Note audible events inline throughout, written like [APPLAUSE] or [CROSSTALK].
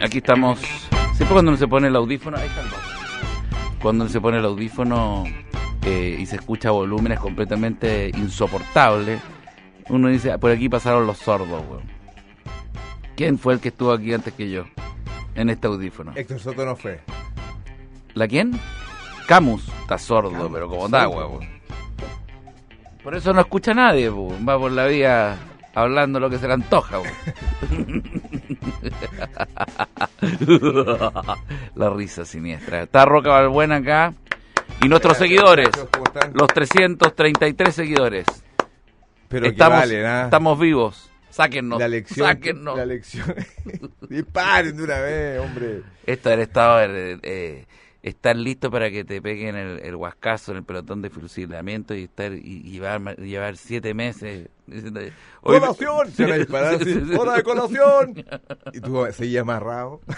Aquí estamos. Siempre cuando uno se pone el audífono, ahí está el bajo. Cuando uno se pone el audífono eh, y se escucha volúmenes completamente insoportables, uno dice, "Ah, por aquí pasaron los sordos, weón. ¿Quién fue el que estuvo aquí antes que yo? En este audífono. Héctor Soto no fue. ¿La quién? Camus está sordo, Camus, pero como está da, sordo. weón. Por eso no escucha a nadie, weón. Va por la vía hablando lo que se le antoja, weón. [LAUGHS] la risa siniestra. Está Roca Balbuena acá. Y nuestros Gracias, seguidores, muchachos, ¿cómo están? los 333 seguidores. Pero estamos, que vale, ¿ah? estamos vivos. Sáquennos. la lección. sáquennos. La lección. [LAUGHS] Disparen de una vez, hombre. Esto del estado de, eh, estar listo para que te peguen el, el huascazo en el pelotón de fusilamiento y estar y, y llevar, llevar siete meses diciendo, "Hoy- ¡Colación! Se la [LAUGHS] disparan así. ¡Hora de colación! Y tú seguías amarrado. [LAUGHS]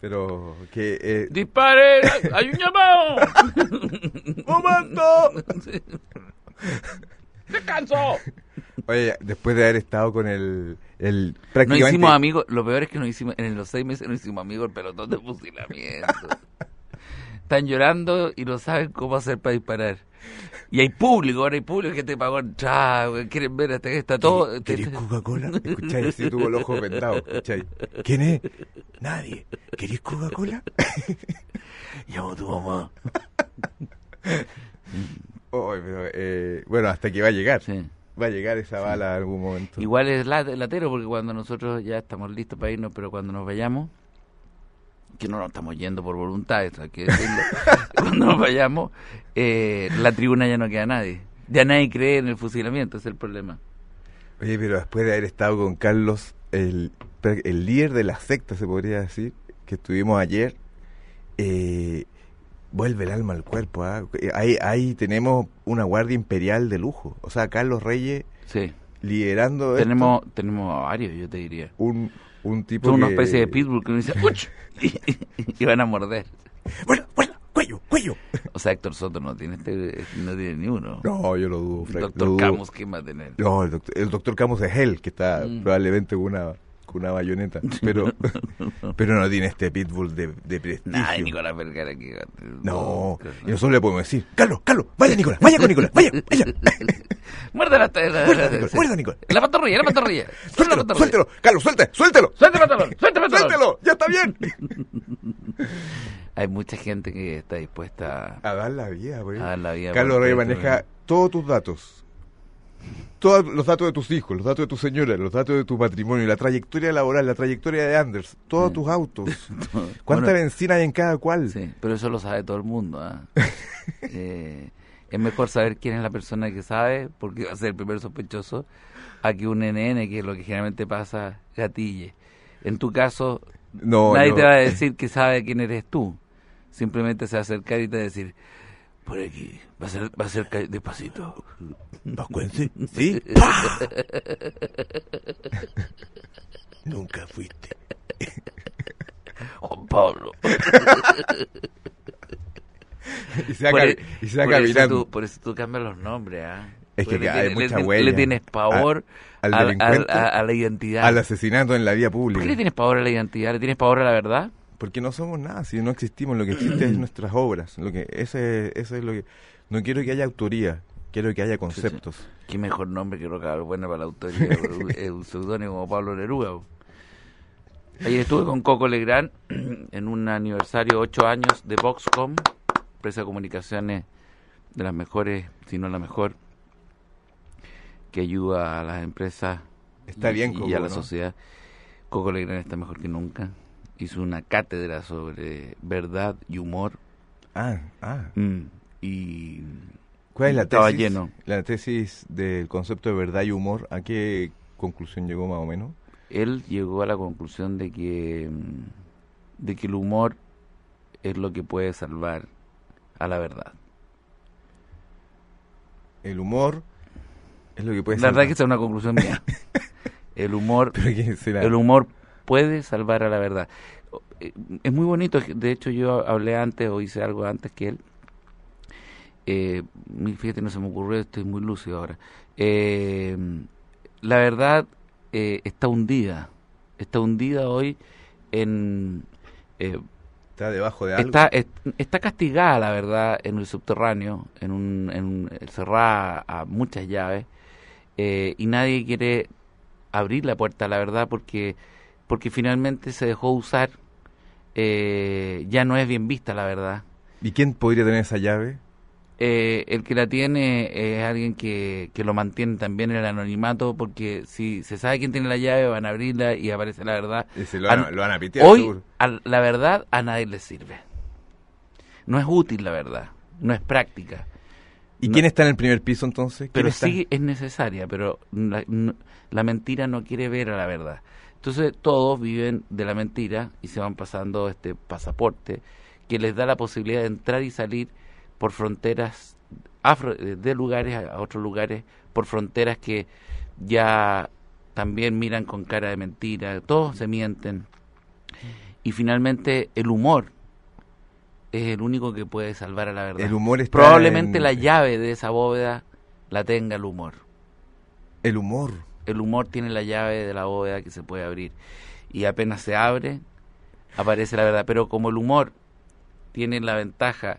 Pero que. [LAUGHS] eh, ¡Disparen! ¡Hay- ¡Hay un llamado! ¡Momento! ¡Descanso! Oye, después de haber estado con el. el Nos prácticamente. hicimos amigos, lo peor es que nos hicimos, en los seis meses nos hicimos amigos el pelotón de fusilamiento. Están llorando y no saben cómo hacer para disparar. Y hay público, ahora hay público que te pagó entrada, güey, quieren ver hasta que está todo... te- ¿Querés te- Coca-Cola? [LAUGHS] Escucháis, si tuvo el ojo vendado. Escucháis. ¿Quién es? Nadie. ¿Querés Coca-Cola? Llamo a tu mamá. Oh, pero, eh, bueno, hasta que va a llegar. Sí. Va a llegar esa bala en algún momento. Igual es la- latero porque cuando nosotros ya estamos listos para irnos, pero cuando nos vayamos, que no nos estamos yendo por voluntad, esto hay que [LAUGHS] decirlo, cuando nos vayamos, eh, la tribuna ya no queda nadie. Ya nadie cree en el fusilamiento, ese es el problema. Oye, pero después de haber estado con Carlos, el, el líder de la secta, se podría decir, que estuvimos ayer, eh, vuelve el alma al cuerpo. ¿ah? Eh, Ahí, ahí tenemos una guardia imperial de lujo. O sea, Carlos Reyes Sí, liderando esto. tenemos, tenemos a varios, yo te diría. un, un tipo Son una que- especie de pitbull que uno dice, ¡uch! [LAUGHS] y van a morder. ¡Vuela, vuela! ¡Cuello, cuello! O sea, Héctor Soto no tiene, este- no tiene ni uno. No, yo lo dudo, Frank, lo Doctor dudo. Camus, ¿quién va a tener? No, el doctor, el doctor Camus es él, que está Mm. probablemente con una, con una bayoneta. [LAUGHS] Pero, pero no tiene este pitbull de, de prestigio. Nada, Nicolás Vergara que va a tener- No, Dios, y nosotros le podemos decir, Carlos, Carlos, vaya Nicolás, vaya con Nicolás, vaya, vaya, [LAUGHS] Muerde la tela. [LAUGHS] Muerda, Nicol, muerda, Nicol. La pantorrilla, la [LAUGHS] pantorrilla. Suelta la suéltelo, pantorrilla. suéltelo, Carlos, suelte, suéltelo, Suelta el pantalón, [LAUGHS] suelta el pantalón. suéltelo, ya [LAUGHS] está bien. Hay mucha gente que está dispuesta a... A dar la vida, güey. A dar la vida Ah, Carlos por Rey Petro, maneja güey. todos tus datos. Todos los datos de tus hijos, los datos de tu señora, los datos de tu matrimonio, la trayectoria laboral, la trayectoria de Anders, Mm. todos tus autos. [LAUGHS] ¿Cuánta Bueno, benzina hay en cada cual? Sí, pero eso lo sabe todo el mundo. [LAUGHS] ¿ah? Eh, es mejor saber quién es la persona que sabe, porque va a ser el primer sospechoso, a que un NN, que es lo que generalmente pasa, gatille. En tu caso, No, nadie no. te va a [LAUGHS] decir que sabe quién eres tú. Simplemente se va a acercar y te va a decir, por aquí, va a ser, va a ser ca- despacito. Pascuense, [LAUGHS] ¿sí? ¡Pah! Nunca fuiste. Juan Pablo. Y se va, Por cami- e- y se va por eso caminando. tú- por eso tú cambias los nombres, ¿ah? Es Porque que le hay tienes- mucha le, tien- huella. le tienes pavor A- al al- al- delincuente, a, a la identidad. Al asesinato en la vía ¿Por pública. qué le tienes pavor a la identidad? ¿Le tienes pavor a la verdad? Porque no somos nada, si no existimos, lo que [CLEARS THROAT] existe es nuestras obras, lo que ese, ese es lo que no quiero que haya autoría, quiero que haya conceptos. Qué mejor nombre que Roca Balbuena para la [LAUGHS] autoría. es un- es un seudónimo como Pablo Neruda. po. Ayer estuve con Coco Legrand [CLEARS THROAT] en un aniversario, ocho años de Voxcom, empresa de comunicaciones de las mejores, si no la mejor, que ayuda a las empresas Está y- bien, y a Coco, la ¿no? sociedad. Coco Legrand está mejor que nunca. Hizo una cátedra sobre verdad y humor. Ah, ah. Mm, Y ¿Cuál es la Estaba tesis? lleno. La tesis del concepto de verdad y humor, ¿a qué conclusión llegó más o menos? él llegó a la conclusión de que mm, de que el humor es lo que puede salvar a la verdad. El humor es lo que puede la verdad salvar. que esa es una conclusión mía. El humor, [LAUGHS] Pero ¿quién será? el humor puede salvar a la verdad. O- eh, Es muy bonito, de hecho yo hablé antes o hice algo antes que él. Eh, mi- fíjate, no se me ocurrió, estoy muy lúcido ahora. Eh, la verdad eh, está hundida, está hundida hoy en... eh, Está debajo de algo. Está, est- está castigada, la verdad, en el subterráneo, en un, en un- cerrada a muchas llaves, eh, y nadie quiere abrir la puerta, la verdad, porque, porque finalmente se dejó usar, eh, ya no es bien vista, la verdad. ¿Y quién podría tener esa llave? Eh, el que la tiene es alguien que, que lo mantiene también en el anonimato, porque si se sabe quién tiene la llave, van a abrirla y aparece la verdad. Ese lo, van a, An- lo van a pitear, Hoy, seguro. a- la verdad, a nadie le sirve. No es útil, la verdad. No es práctica. ¿Y no. quién está en el primer piso entonces? ¿Quién Pero está? sí es necesaria, pero la, n- la mentira no quiere ver a la verdad. Entonces todos viven de la mentira y se van pasando este pasaporte que les da la posibilidad de entrar y salir por fronteras afro- eh, de lugares a a otros lugares, por fronteras que ya también miran con cara de mentira, todos se mienten. Y finalmente el humor es el único que puede salvar a la verdad. El humor está Probablemente en- la llave de esa bóveda la tenga el humor. El humor. El humor tiene la llave de la bóveda que se puede abrir. Y apenas se abre, aparece la verdad. Pero como el humor tiene la ventaja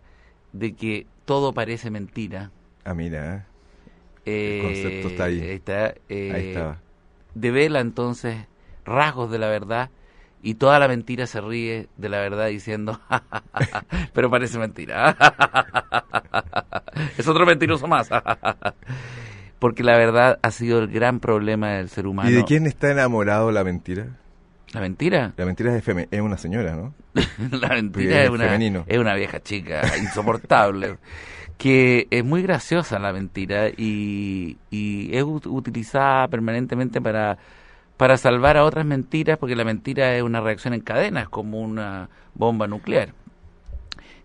de que todo parece mentira. Ah, mira, eh, concepto está ahí. está, ¿eh? eh, ahí estaba. Devela entonces rasgos de la verdad y toda la mentira se ríe de la verdad diciendo, [LAUGHS] pero parece mentira. [LAUGHS] es otro mentiroso más. [LAUGHS] Porque la verdad ha sido el gran problema del ser humano. ¿Y de quién está enamorado la mentira? La mentira. La mentira es, de feme- es una señora, ¿no? [LAUGHS] La mentira Porque es es una, femenino. es una vieja chica, [LAUGHS] insoportable. que es muy graciosa la mentira y, y es ut- utilizada permanentemente para, para salvar a otras mentiras, porque la mentira es una reacción en cadena, es como una bomba nuclear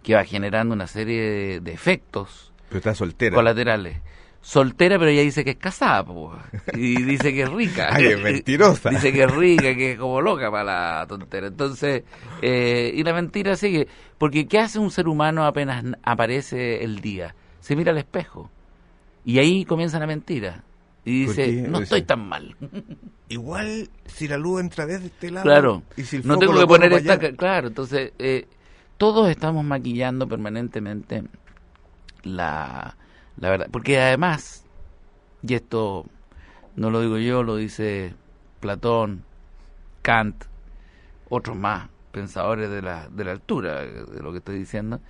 que va generando una serie de, de efectos Pero está soltera. colaterales. Soltera, pero ella dice que es casada, po, y dice que es rica. [LAUGHS] Ay, [LAUGHS] es mentirosa. Dice que es rica, que es como loca para la tontera. Entonces, eh, y la mentira sigue. Porque, ¿qué hace un ser humano apenas n- aparece el día? Se mira al espejo. Y ahí comienza la mentira. Y ¿Por dice, qué? Pues no Sí. estoy tan mal. [LAUGHS] Igual si la luz entra desde este lado. Claro. y si el No foco tengo lo que pongo poner para esta. allá, ca- Claro, entonces, eh, todos estamos maquillando permanentemente la, la verdad. Porque además, y esto no lo digo yo, lo dice Platón, Kant, otros más pensadores de la, de la altura eh, de lo que estoy diciendo,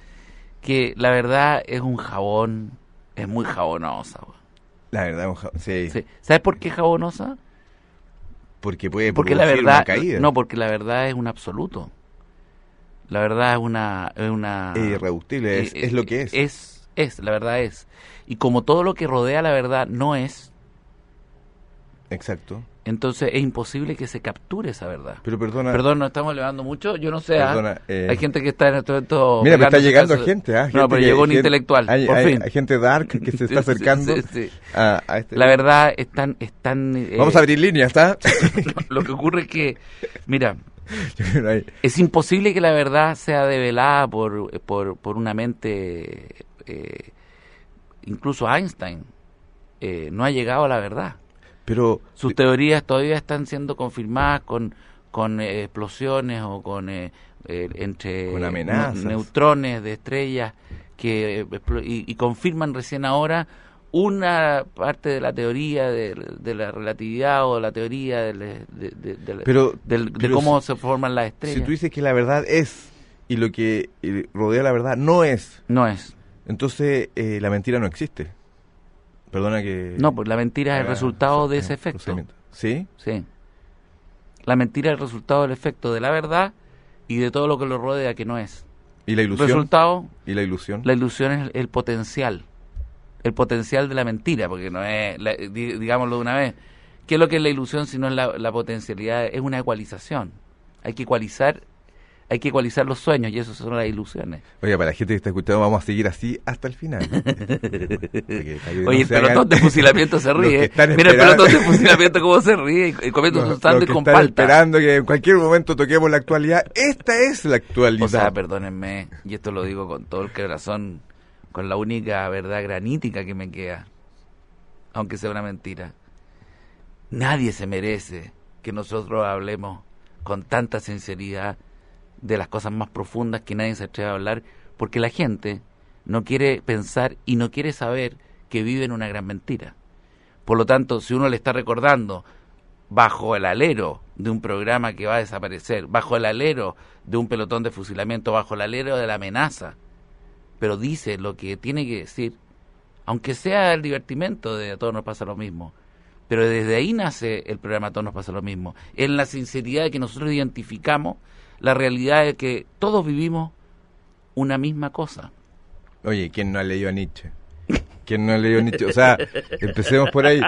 que la verdad es un jabón, es muy jabonosa. güey. La verdad, un ja- sí, Sí. ¿Sabes por qué jabonosa? Porque puede porque la producir verdad una caída. no porque la verdad es un absoluto la verdad es una es una es irreductible, es, eh, es lo que es. Ah. es es la verdad es y como todo lo que rodea la verdad no es Exacto. entonces es imposible que se capture esa verdad Pero perdona. perdón nos estamos elevando mucho yo no sé ah. perdona eh, hay gente que está en este esto, esto Mira, me está pegándose llegando caso- gente, ah, no gente pero que- llegó un gente- intelectual Hay, por hay- fin hay gente dark que [LAUGHS] se está Sí, sí, acercando sí, sí. A, a este. la verdad están están eh, Vamos a abrir líneas, ¿ah? ¿está? [LAUGHS] lo que ocurre es que mira Ahí. Es imposible que la verdad sea develada por, por, por una mente, eh, incluso Einstein eh, no ha llegado a la verdad. Pero Sus teorías todavía están siendo confirmadas con, con eh, explosiones o con eh, eh, entre Con amenazas. neu- neutrones de estrellas que eh, explo- y, y confirman recién ahora una parte de la teoría de, de la relatividad o la teoría del- de, de- de- Pero- del- de pero cómo se forman las si estrellas. tú dices que la verdad es y lo que eh, rodea la verdad no es, No es. entonces eh, la mentira no existe. Perdona que... No, pues la mentira es el haga- resultado de eh, ese efecto. procedimiento. ¿Sí? Sí. La mentira es el resultado del efecto de la verdad y de todo lo que lo rodea que no es. ¿Y la El ilusión? resultado, ¿Y la ilusión? la ilusión es el potencial. El potencial de la mentira, porque no es, la- di- digámoslo de una vez, ¿qué es lo que es la ilusión si no es la, la potencialidad? Es una ecualización. Hay que ecualizar hay que ecualizar los sueños y eso son las ilusiones. Oiga, para la gente que está escuchando, vamos a seguir así hasta el final. [LAUGHS] Oye, Oye, el pelotón de fusilamiento [LAUGHS] se ríe. ¿eh? Mira el pelotón de fusilamiento cómo se ríe y comiendo Los- sus los que sándwiches con están palta. esperando que en cualquier momento toquemos la actualidad. Esta es la actualidad. O sea, perdónenme, y esto lo digo con todo el corazón, con la única verdad granítica que me queda, aunque sea una mentira. Nadie se merece que nosotros hablemos con tanta sinceridad de las cosas más profundas que nadie se atreve a hablar, porque la gente no quiere pensar y no quiere saber que vive en una gran mentira. Por lo tanto, si uno le está recordando bajo el alero de un programa que va a desaparecer, bajo el alero de un pelotón de fusilamiento, bajo el alero de la amenaza, pero dice lo que tiene que decir, aunque sea el divertimento de a todos nos pasa lo mismo, pero desde ahí nace el programa a todos nos pasa lo mismo, en la sinceridad de que nosotros identificamos la realidad de que todos vivimos una misma cosa. Oye, ¿quién no ha leído a Nietzsche? ¿Quién no ha leído a Nietzsche? O sea, empecemos por ahí.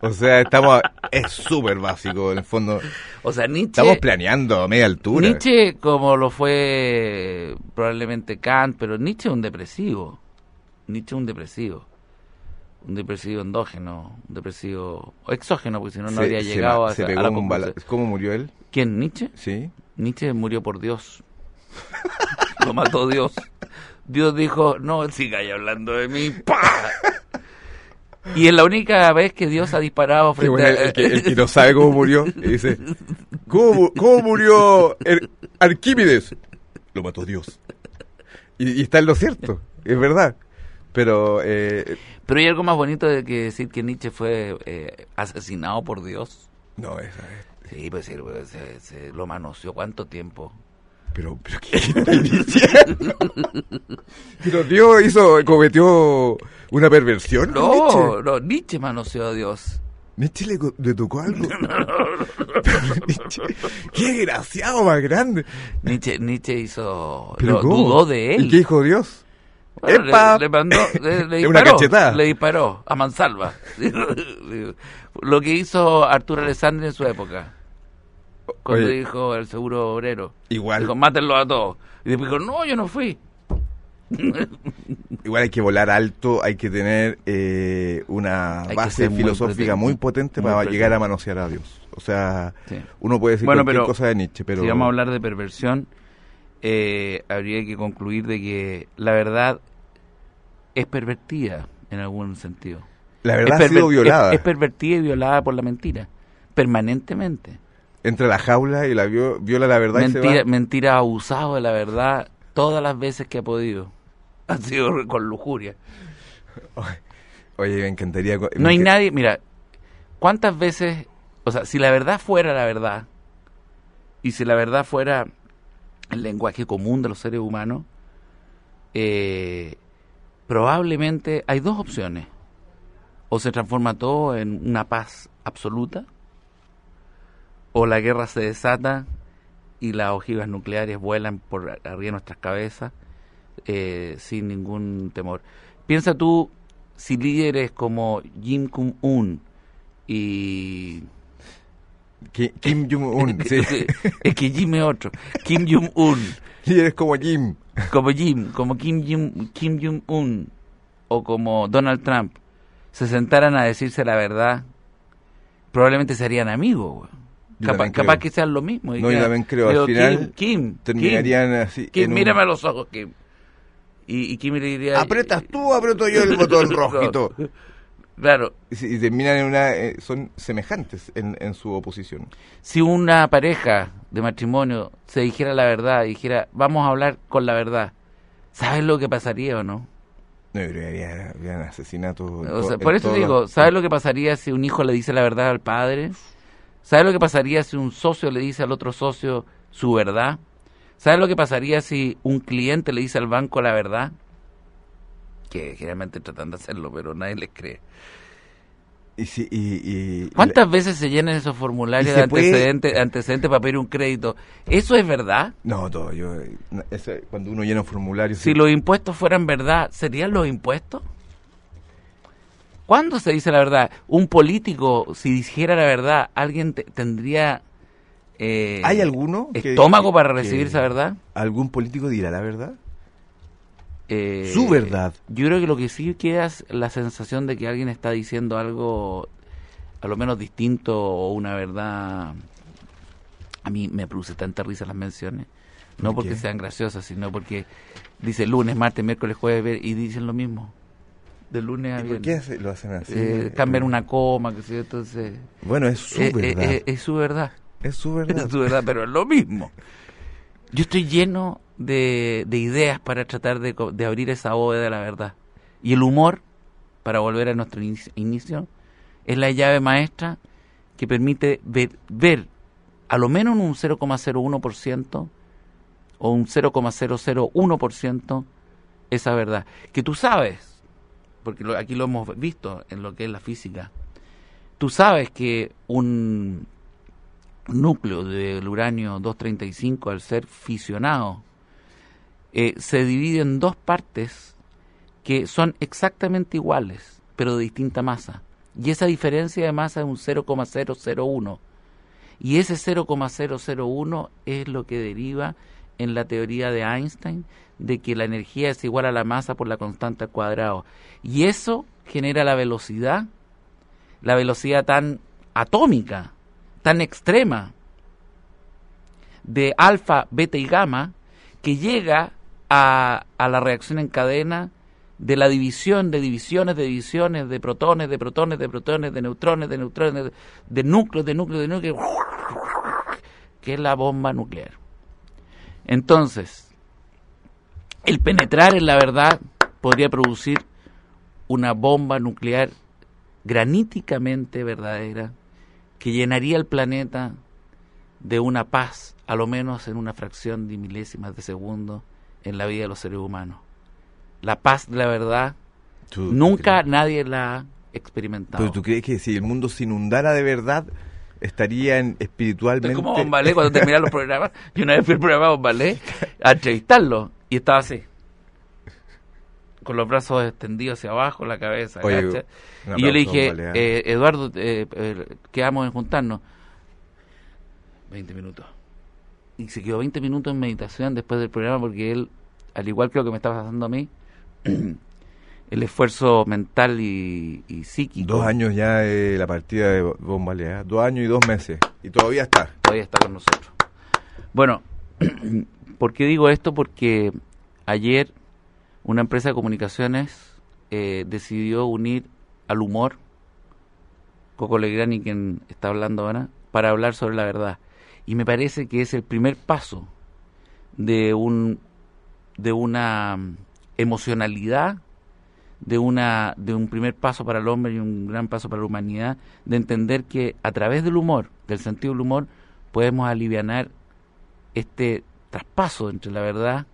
O sea, estamos. Es súper básico, en el fondo. O sea, Nietzsche... Estamos planeando a media altura. Nietzsche, como lo fue probablemente Kant, pero Nietzsche es un depresivo. Nietzsche es un depresivo. Un depresivo endógeno, un depresivo o exógeno, porque si no, no Se- habría se llegado ma- a, se a pegó la un bala- conclusión. ¿Cómo murió él? ¿Quién? ¿Nietzsche? Sí. Nietzsche murió por Dios. [LAUGHS] lo mató Dios. Dios dijo, no, sigáis hablando de mí. ¡Pah! Y es la única vez que Dios ha disparado Sí, frente bueno, el, a... el que, el que no sabe cómo murió, y dice: ¿Cómo, mu- cómo murió Her- Arquímedes? Lo mató Dios. Y, y está en lo cierto, es verdad. Pero. eh, [LAUGHS] Pero hay algo más bonito de que decir que Nietzsche fue eh, asesinado por Dios. no, esa es. Sí, pues sí, pues, se, se lo manoseó cuánto [CLEARS THROAT] tiempo. Pero, pero ¿qué estás diciendo? Pero Dios hizo, cometió una perversión. con No, Nietzsche. no, Nietzsche manoseó a [CLEARS THROAT] Dios. Nietzsche le, co- le [LAUGHS] tocó algo. [LAUGHS] Nietzsche, qué desgraciado más grande. Nietzsche, Nietzsche hizo, Pero lo ¿cómo? dudó de él. ¿Y qué dijo Dios? Bueno, ¡Epa! le, le mandó, le, le [LAUGHS] Es una disparó, cachetada. le disparó a mansalva. [LAUGHS] lo que hizo Arturo Alessandri en su época, cuando Oye, dijo el seguro obrero. igual, Dijo, mátenlo a todos. Y después dijo, no, yo no fui. igual hay que volar alto, hay que tener eh, una Hay que base ser muy filosófica preten- muy, potente muy para preten- llegar a manosear a Dios. O sea, Sí. uno puede decir Bueno, cualquier pero cosa de Nietzsche, pero Si vamos a hablar de perversión, eh, habría que concluir de que la verdad es pervertida en algún sentido. la verdad es ha sido perver- es- violada. Es, pervertida y violada por la mentira, permanentemente. Entre la jaula y la vio- viola la verdad y se va. Mentira, mentira ha abusado de la verdad todas las veces que ha podido. Ha sido con lujuria. Oye, me encantaría. co- No me hay enca- nadie, mira, ¿cuántas veces, o sea, si la verdad fuera la verdad, y si la verdad fuera el lenguaje común de los seres humanos, eh, probablemente hay dos opciones. O se transforma todo en una paz absoluta, o la guerra se desata y las ojivas nucleares vuelan por arriba de nuestras cabezas eh, sin ningún temor. Piensa tú si líderes como Kim Jong-un y... Ki- Kim [LAUGHS] Jong-un, sí. [LAUGHS] es que Jim es otro. Kim Jong-un. Y eres como Jim. como Jim, como Kim Jong Kim Jong Un o como Donald Trump se sentaran a decirse la verdad, probablemente serían amigos. güey. Yo Capa- también creo. capaz que sean lo mismo. No, yo digan, también creo, al digo, Kim, final Kim, Terminarían así. Kim, Kim, en un- mírame a los ojos, Kim. Y, y Kim le diría. [LAUGHS] Apretas tú, aprieto yo el botón [LAUGHS] No. rojito. Claro, Y si- Y terminan en una. eh, son semejantes en, en su oposición. si una pareja de matrimonio se dijera la verdad, dijera, vamos a hablar con la verdad, ¿sabes lo que pasaría o no? No, yo creo que había- habían asesinatos. en O sea, to- por en eso todos digo, los- ¿sabes lo que pasaría si un hijo le dice la verdad al padre? ¿Sabes lo que pasaría si un socio le dice al otro socio su verdad? ¿Sabes lo que pasaría si un cliente le dice al banco la verdad? Que generalmente tratan de hacerlo, pero nadie les cree. Y si- y- y- ¿Cuántas veces se llenan esos ¿Y formularios se de puede- antecedentes antecedente para pedir un crédito? ¿Eso es verdad? No, todo. Yo, no, eso, cuando uno llena un formulario. Si sí. los impuestos fueran verdad, ¿serían los impuestos? ¿Cuándo se dice la verdad? Un político, si dijera la verdad, alguien te- tendría eh, ¿Hay alguno? que- estómago que- para que- recibir esa verdad? ¿Algún político dirá la verdad? Eh, Su verdad. Yo creo que lo que sí queda es la sensación de que alguien está diciendo algo a lo menos distinto o una verdad. A mí me produce tanta risa las menciones. No ¿Por porque qué? sean graciosas, sino porque dice lunes, martes, miércoles, jueves ver- y dicen lo mismo. De lunes a ¿Y por viernes. qué hace- lo hacen así? ah, Eh, cambian una coma, que sé yo, entonces. Bueno, es su Eh, eh, verdad. eh, es su verdad. es [LAUGHS] su verdad. Es su verdad, pero es lo mismo. Yo estoy lleno de, de ideas para tratar de, co- de abrir esa bóveda de la verdad. Y el humor, para volver a nuestro inici- inicio, es la llave maestra que permite ver, ver a lo menos un 0,01% o un 0,001% esa verdad. Que tú sabes, porque lo- aquí lo hemos visto en lo que es la física, tú sabes que un núcleo del uranio 235 al ser fisionado eh, se divide en dos partes que son exactamente iguales pero de distinta masa y esa diferencia de masa es un 0,001 y ese 0,001 es lo que deriva en la teoría de Einstein de que la energía es igual a la masa por la constante al cuadrado y eso genera la velocidad la velocidad tan atómica tan extrema de alfa, beta y gamma que llega a, a la reacción en cadena de la división de divisiones de divisiones de protones, de protones, de protones, de neutrones, de neutrones, de, de núcleos, de núcleos, de núcleos, que es la bomba nuclear. Entonces, el penetrar en la verdad podría producir una bomba nuclear graníticamente verdadera que llenaría el planeta de una paz, a lo menos en una fracción de milésimas de segundo en la vida de los seres humanos. La paz de la verdad Tú- nunca nadie la ha experimentado. Pero tú crees que si el mundo se inundara de verdad, estarían Estoy espiritualmente. como Bombalé cuando terminan los programas. Yo una vez fui al programa de Bombalé a entrevistarlo y estaba así. Con los brazos extendidos hacia abajo, la cabeza. Oye, agacha. Un Y yo le aplauso, dije, Bombalé, ¿eh? eh, Eduardo, eh, eh, quedamos en juntarnos. 20 minutos. Y se quedó 20 minutos en meditación después del programa porque él, al igual que lo que me estaba pasando a mí, [CLEARS THROAT] el esfuerzo mental y, y psíquico Dos años ya de la partida de Bo- Bombalea. Dos años y dos meses. Y todavía está. todavía está con nosotros. Bueno, [CLEARS THROAT] ¿por qué digo esto? Porque ayer una empresa de comunicaciones eh, decidió unir al humor, Coco Legrani, quien está hablando ahora, para hablar sobre la verdad. Y me parece que es el primer paso de, un, de una mm, emocionalidad, de, una, de un primer paso para el hombre y un gran paso para la humanidad, de entender que a través del humor, del sentido del humor, podemos alivianar este traspaso entre la verdad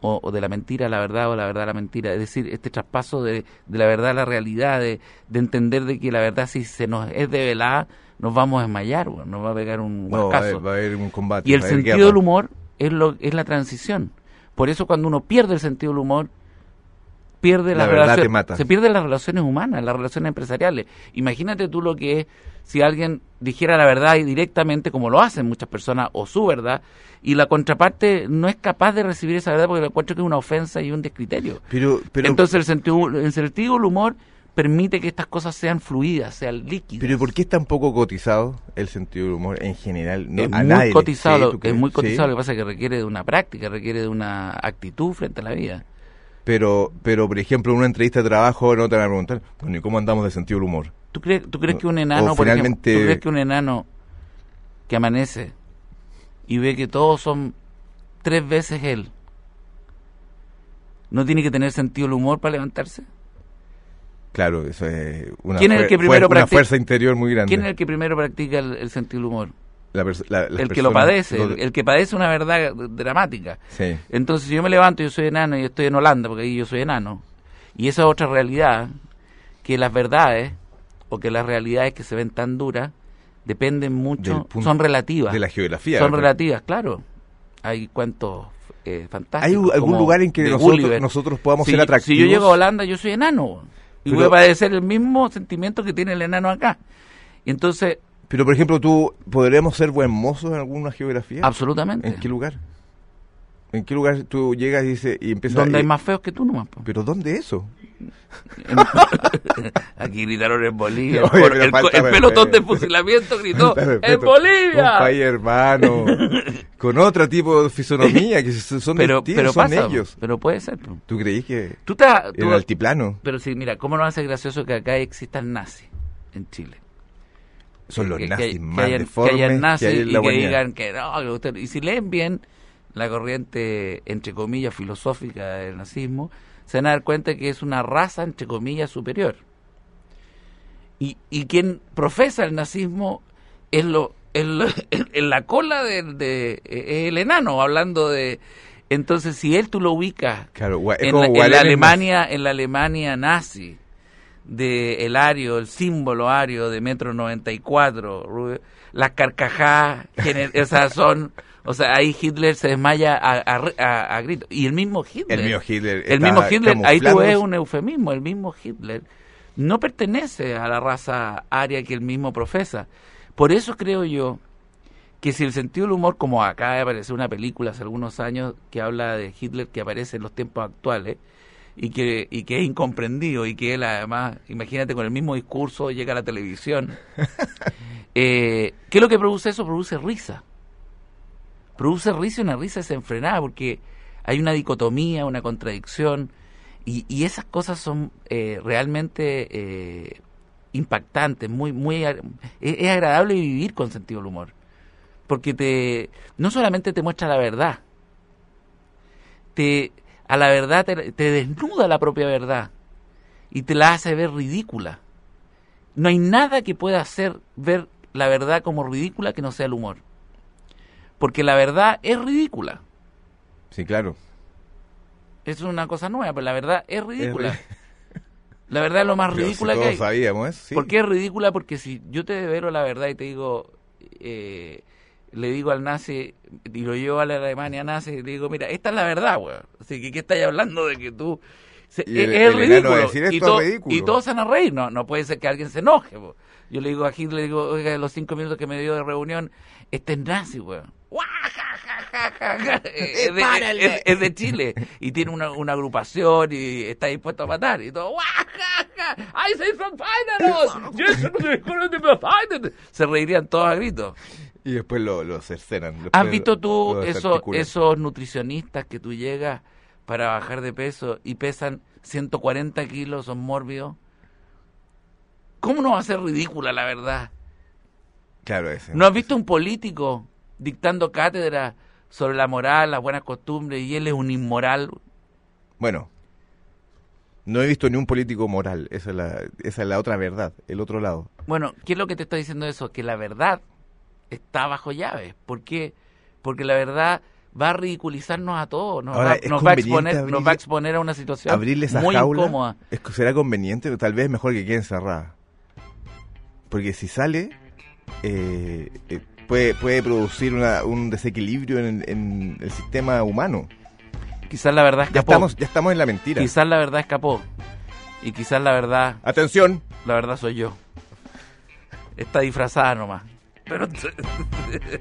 o, o de la mentira a la verdad o la verdad a la mentira. Es decir, este traspaso de, de la verdad a la realidad, de, de entender de que la verdad si se nos es develada, nos vamos a desmayar, bueno, nos va a pegar un No, eh, va a, huascazo. haber, va a haber un combate. Y el va a haber sentido guerra. del humor es, lo, es la transición. Por eso cuando uno pierde el sentido del humor, pierde La las verdad relacio- te mata. se pierden las relaciones humanas, las relaciones empresariales. Imagínate tú lo que es si alguien dijera la verdad y directamente, como lo hacen muchas personas, o su verdad, y la contraparte no es capaz de recibir esa verdad porque lo encuentro que es una ofensa y un descriterio. Pero, pero, Entonces el sentido, el sentido del humor permite que estas cosas sean fluidas, sean líquidas. pero ¿por qué es tan poco cotizado el sentido del humor en general? No, es, a muy nadie le- sí, cotizado, ¿tú es crees? muy Sí, cotizado, lo que pasa es que requiere de una práctica, requiere de una actitud frente a la vida. Pero, pero, por ejemplo, en una entrevista de trabajo no te van a preguntar, bueno, ¿y cómo andamos de sentido del humor? ¿Tú crees, tú crees O- que un enano, o por ejemplo, finalmente- tú crees que un enano que amanece y ve que todos son tres veces él, no tiene que tener sentido el humor para levantarse? Claro, eso es una, ¿Quién es el fue- que fue primero una practica- fuerza interior muy grande. ¿Quién es el que primero practica el, el sentido del humor? La perso- la- las el que lo personas- padece, los- el, el que padece una verdad dramática. Sí. Entonces, si yo me levanto, yo soy enano y estoy en Holanda, porque ahí yo soy enano. Y esa es otra realidad, que las verdades o que las realidades que se ven tan duras dependen Del mucho, punto- son relativas. De la geografía. Ah. son ¿verdad? relativas, claro. Hay cuentos eh, ¿Hay fantásticos. u- algún como lugar en que de nosotros, Gulliver. nosotros podamos si, ser yo- atractivos? Si yo llego a Holanda, yo soy enano. Y Pero- voy a padecer el mismo sentimiento que tiene el enano acá. Y entonces, Pero, por ejemplo, tú, ¿podríamos ser buen mozos en alguna geografía? Absolutamente. ¿Eh? ¿En qué lugar? ¿En qué lugar tú llegas y, dices, y empiezas Donde eh, hay más feos que tú nomás. po. ¿Pero dónde eso? [LAUGHS] Aquí gritaron en Bolivia. Oye, el cor- pero el, falta co- el respeto. pelotón de fusilamiento [LAUGHS] gritó Falta de en respeto. Un país Bolivia. [LAUGHS] hermano, con otro tipo de fisonomía, que son, son Pero, distintos, pero son pasa, ellos. pero puede ser. po. ¿Tú creí que Tú te, has- tú- el altiplano pero sí, mira, ¿cómo no va a ser gracioso que acá existan nazis en Chile? son los que- que- nazis que más hayan- deformes Que hayan nazis hay en y la que humanidad? digan que no, que usted- Y si leen bien la corriente, entre comillas, filosófica del nazismo, se van a dar cuenta que es una raza, entre comillas, superior. Y, y quien profesa el nazismo es lo es lo- [LAUGHS] en la cola del- de, e-, es el enano hablando de entonces si él tú lo ubicas Claro, gua- es en como la, en la Guarén es Alemania, en la Alemania nazi de el ario, el símbolo ario de metro 94, Rubio, las carcajadas, gener- esas son, o sea, ahí Hitler se desmaya a, a, a- a grito. Y el mismo nazis. Hitler, el mismo Hitler el está mismo Hitler, ahí tú ves camuflándose. un eufemismo, el mismo Hitler no pertenece a la raza aria que él mismo profesa. Por eso creo yo que si el sentido del humor, como acaba de aparecer una película hace algunos años que habla de Hitler que aparece en los tiempos actuales y que, y que es incomprendido y que él además, imagínate, con el mismo discurso llega a la televisión. Eh, ¿Qué es lo que produce eso? Produce risa. Produce risa y una risa desenfrenada porque hay una dicotomía, una contradicción y, y esas cosas son eh, realmente eh, impactantes, muy, muy, ag- es, es agradable vivir con sentido del humor porque te no solamente te muestra la verdad, te a la verdad te, te desnuda la propia verdad y te la hace ver ridícula. No hay nada que pueda hacer ver la verdad como ridícula que no sea el humor. Porque la verdad es ridícula. Sí, claro. Es una cosa nueva, pero la verdad es ridícula. ri- La verdad es lo más Pero si ridícula que todos hay. sabíamos, ¿eh? sí. ¿Por qué es ridícula? Porque si yo te develo la verdad y te digo, eh, le digo al nazi, y lo llevo a la Alemania nazi, y le digo, mira, esta es la verdad, weón. Así que, ¿qué estáis hablando de que tú... se- Y el- es el enano ridículo. va a decir, y, "Esto es to- ridículo". y todos se van a reír. No, no puede ser que alguien se enoje, po. Yo le digo a Hitler, le digo, oiga, los cinco minutos que me dio de reunión, este es nazi, weón. [LAUGHS] Guau, ja, ja, ja, ja, ja. Es de, Párale. es- es de Chile y tiene una, una agrupación y está dispuesto a matar y todo. [LAUGHS] ¡guau, ja, ja! ¡Ay, se son finals! ¡Yes, no se recuerdan de los finals! Se reirían todos a gritos. Y después lo, lo cercenan. después ¿Has lo- visto tú lo esos, desarticulan. esos nutricionistas que tú llegas para bajar de peso y pesan 140 kilos, son mórbidos? ¿Cómo no va a ser ridícula la verdad? Claro, ese. ¿No has visto un político dictando cátedra sobre la moral, las buenas costumbres y él es un inmoral? Bueno, no he visto ni un político moral. Esa es, la, esa es la otra verdad, el otro lado. Bueno, ¿qué es lo que te está diciendo eso? Que la verdad está bajo llaves. ¿Por qué? Porque la verdad va a ridiculizarnos a todos, nos, Ahora, va, ¿es nos va a conveniente exponer, nos va abrirle- a exponer a una situación Abrirle esa muy jaula incómoda. es que será conveniente, pero tal vez mejor que quede encerrada. Porque si sale, eh, eh, puede, puede producir una- un desequilibrio en, en el sistema humano. Quizás la verdad Ya escapó. estamos, ya estamos en la mentira. quizás la verdad escapó. Y quizás la verdad, Atención, la verdad soy yo. Está disfrazada nomás. Pero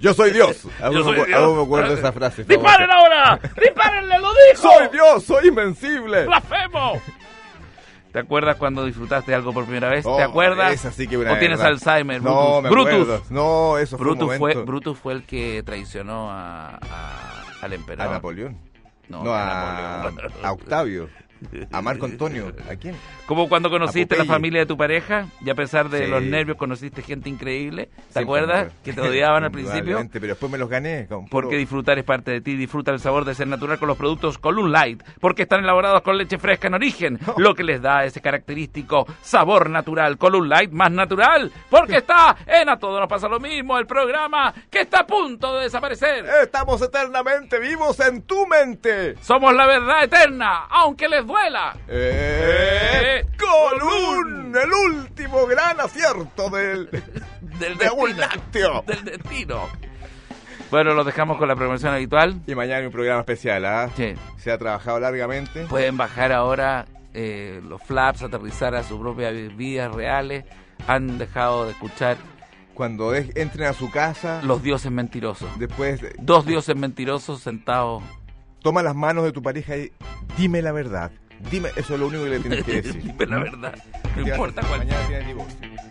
yo soy Dios. Aún, soy me, acu- Dios. aún me acuerdo de esa frase. ¡Disparen famosa. ahora! ¡Dispárenle! ¡Lo dijo! Soy Dios, soy invencible. ¡Blasfemo! ¿Te acuerdas cuando disfrutaste algo por primera vez? ¿Te Oh, acuerdas? esa sí que es una ¿O tienes verdad. Alzheimer? No, me Brutus. acuerdo. Brutus. No, eso fue un Brutus, fue, momento. Brutus fue el que traicionó a, a- al A emperador. Napoleón. No, No, a a, Napoleón. a Octavio. A Marco Antonio. ¿A quién? Como cuando conociste A la Popeye. familia de tu pareja y a pesar de Sí. los nervios conociste gente increíble. ¿Te Siempre me acuerdas acuerdo. que te odiaban [LAUGHS] al principio? Indudablemente, Pero después me los gané. con Porque puro- disfrutar es parte de ti. Disfruta el sabor de ser natural con los productos Column Light. Porque están elaborados con leche fresca en origen. Lo que les da ese característico sabor natural. Column Light más natural. Porque está en A Todo Nos Pasa Lo Mismo. El programa que está a punto de desaparecer. Eh. Estamos eternamente vivos en tu mente. Somos la verdad eterna. Aunque les duela. Eh, Eh, Colún, el último gran [LAUGHS] acierto del, Del de un destino. lácteo. Del destino. Bueno, los dejamos con la programación habitual. Y mañana hay un programa especial, ¿ah? Sí. Se ha trabajado largamente. Pueden bajar ahora eh, los flaps, aterrizar a sus propias vidas reales. Han dejado de escuchar Cuando de- entren a su casa, Los dioses mentirosos. después eh, Dos dioses mentirosos sentados. toma las manos de tu pareja y [LAUGHS] dime la verdad. Dime, eso es lo único que le tienes que decir. Dime la verdad. No ¿Qué haces? importa cuál. Mañana tienes divorcio.